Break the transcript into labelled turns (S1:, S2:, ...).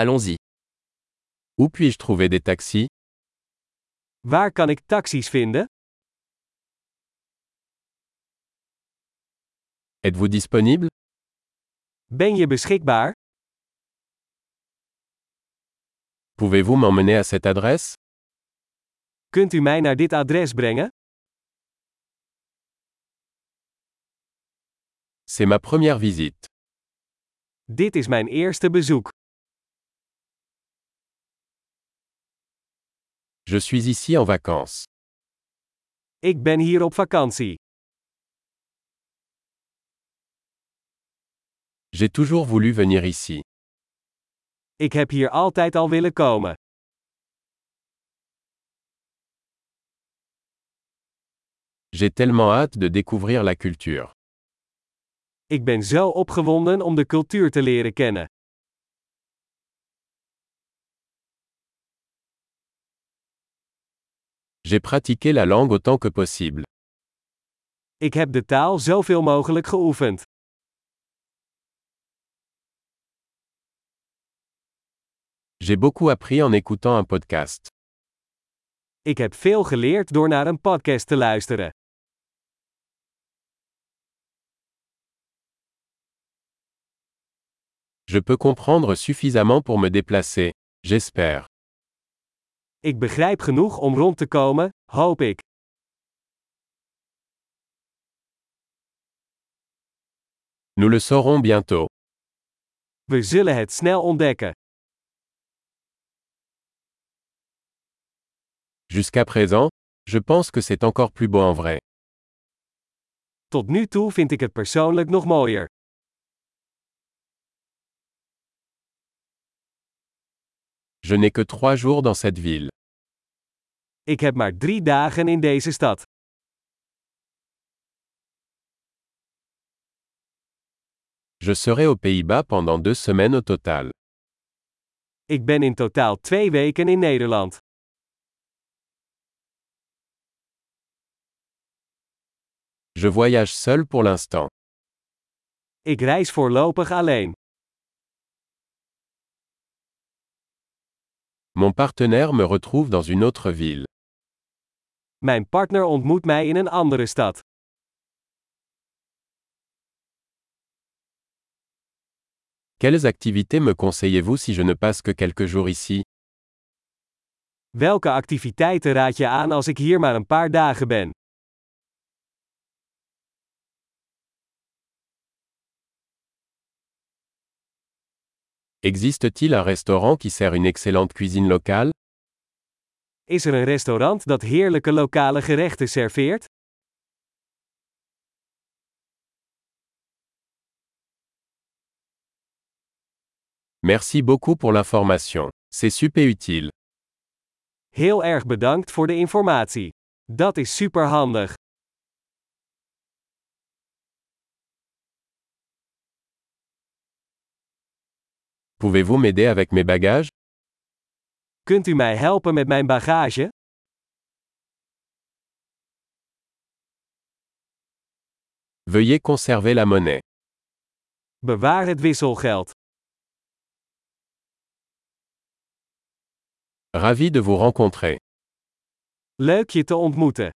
S1: Allons-y. Où puis-je trouver des taxis
S2: Waar kan ik taxis vinden?
S1: Êtes-vous disponible
S2: Ben je beschikbaar?
S1: Pouvez-vous m'emmener à cette adresse
S2: Kunt u mij naar dit adres brengen?
S1: C'est ma première visite.
S2: Dit is mijn eerste bezoek.
S1: Je suis ici en vacances.
S2: Ik ben hier op vakantie.
S1: J'ai toujours voulu venir ici.
S2: Ik heb hier altijd al willen komen.
S1: J'ai tellement hâte de découvrir la culture.
S2: Ik ben zo opgewonden om de cultuur te leren kennen.
S1: J'ai pratiqué la langue autant que possible.
S2: Ik heb de taal zoveel mogelijk geoefend.
S1: J'ai beaucoup appris en écoutant un podcast.
S2: Ik heb veel geleerd door naar een podcast te luisteren.
S1: Je peux comprendre suffisamment pour me déplacer, j'espère.
S2: Ik begrijp genoeg om rond te komen, hoop ik.
S1: Nous le saurons bientôt.
S2: We zullen het snel ontdekken.
S1: Jusqu'à présent, je pense que c'est encore plus beau en vrai.
S2: Tot nu toe vind ik het persoonlijk nog mooier.
S1: Je n'ai que trois jours dans cette ville.
S2: Ik heb maar drie dagen in deze stad.
S1: Je serai aux Pays-Bas pendant deux semaines au total.
S2: Ik ben in totaal twee weken in Nederland.
S1: Je voyage seul pour l'instant.
S2: Ik reis voorlopig alleen.
S1: Mon partenaire me retrouve dans une autre ville.
S2: Mijn partner ontmoet mij in een andere stad.
S1: Quelles activités me conseillez-vous si je ne passe que quelques jours ici
S2: Welke activiteiten raad je aan als ik hier maar een paar dagen ben?
S1: Existe-t-il un restaurant qui sert une excellente cuisine locale
S2: Is er een restaurant dat heerlijke lokale gerechten serveert?
S1: Merci beaucoup pour l'information. C'est super utile.
S2: Heel erg bedankt voor de informatie. Dat is superhandig.
S1: Pouvez-vous m'aider avec mes bagages
S2: Kunt u mij helpen met mijn bagage?
S1: Veuillez conserver la monnaie.
S2: Bewaar het wisselgeld.
S1: Ravi de vous rencontrer.
S2: Leuk je te ontmoeten.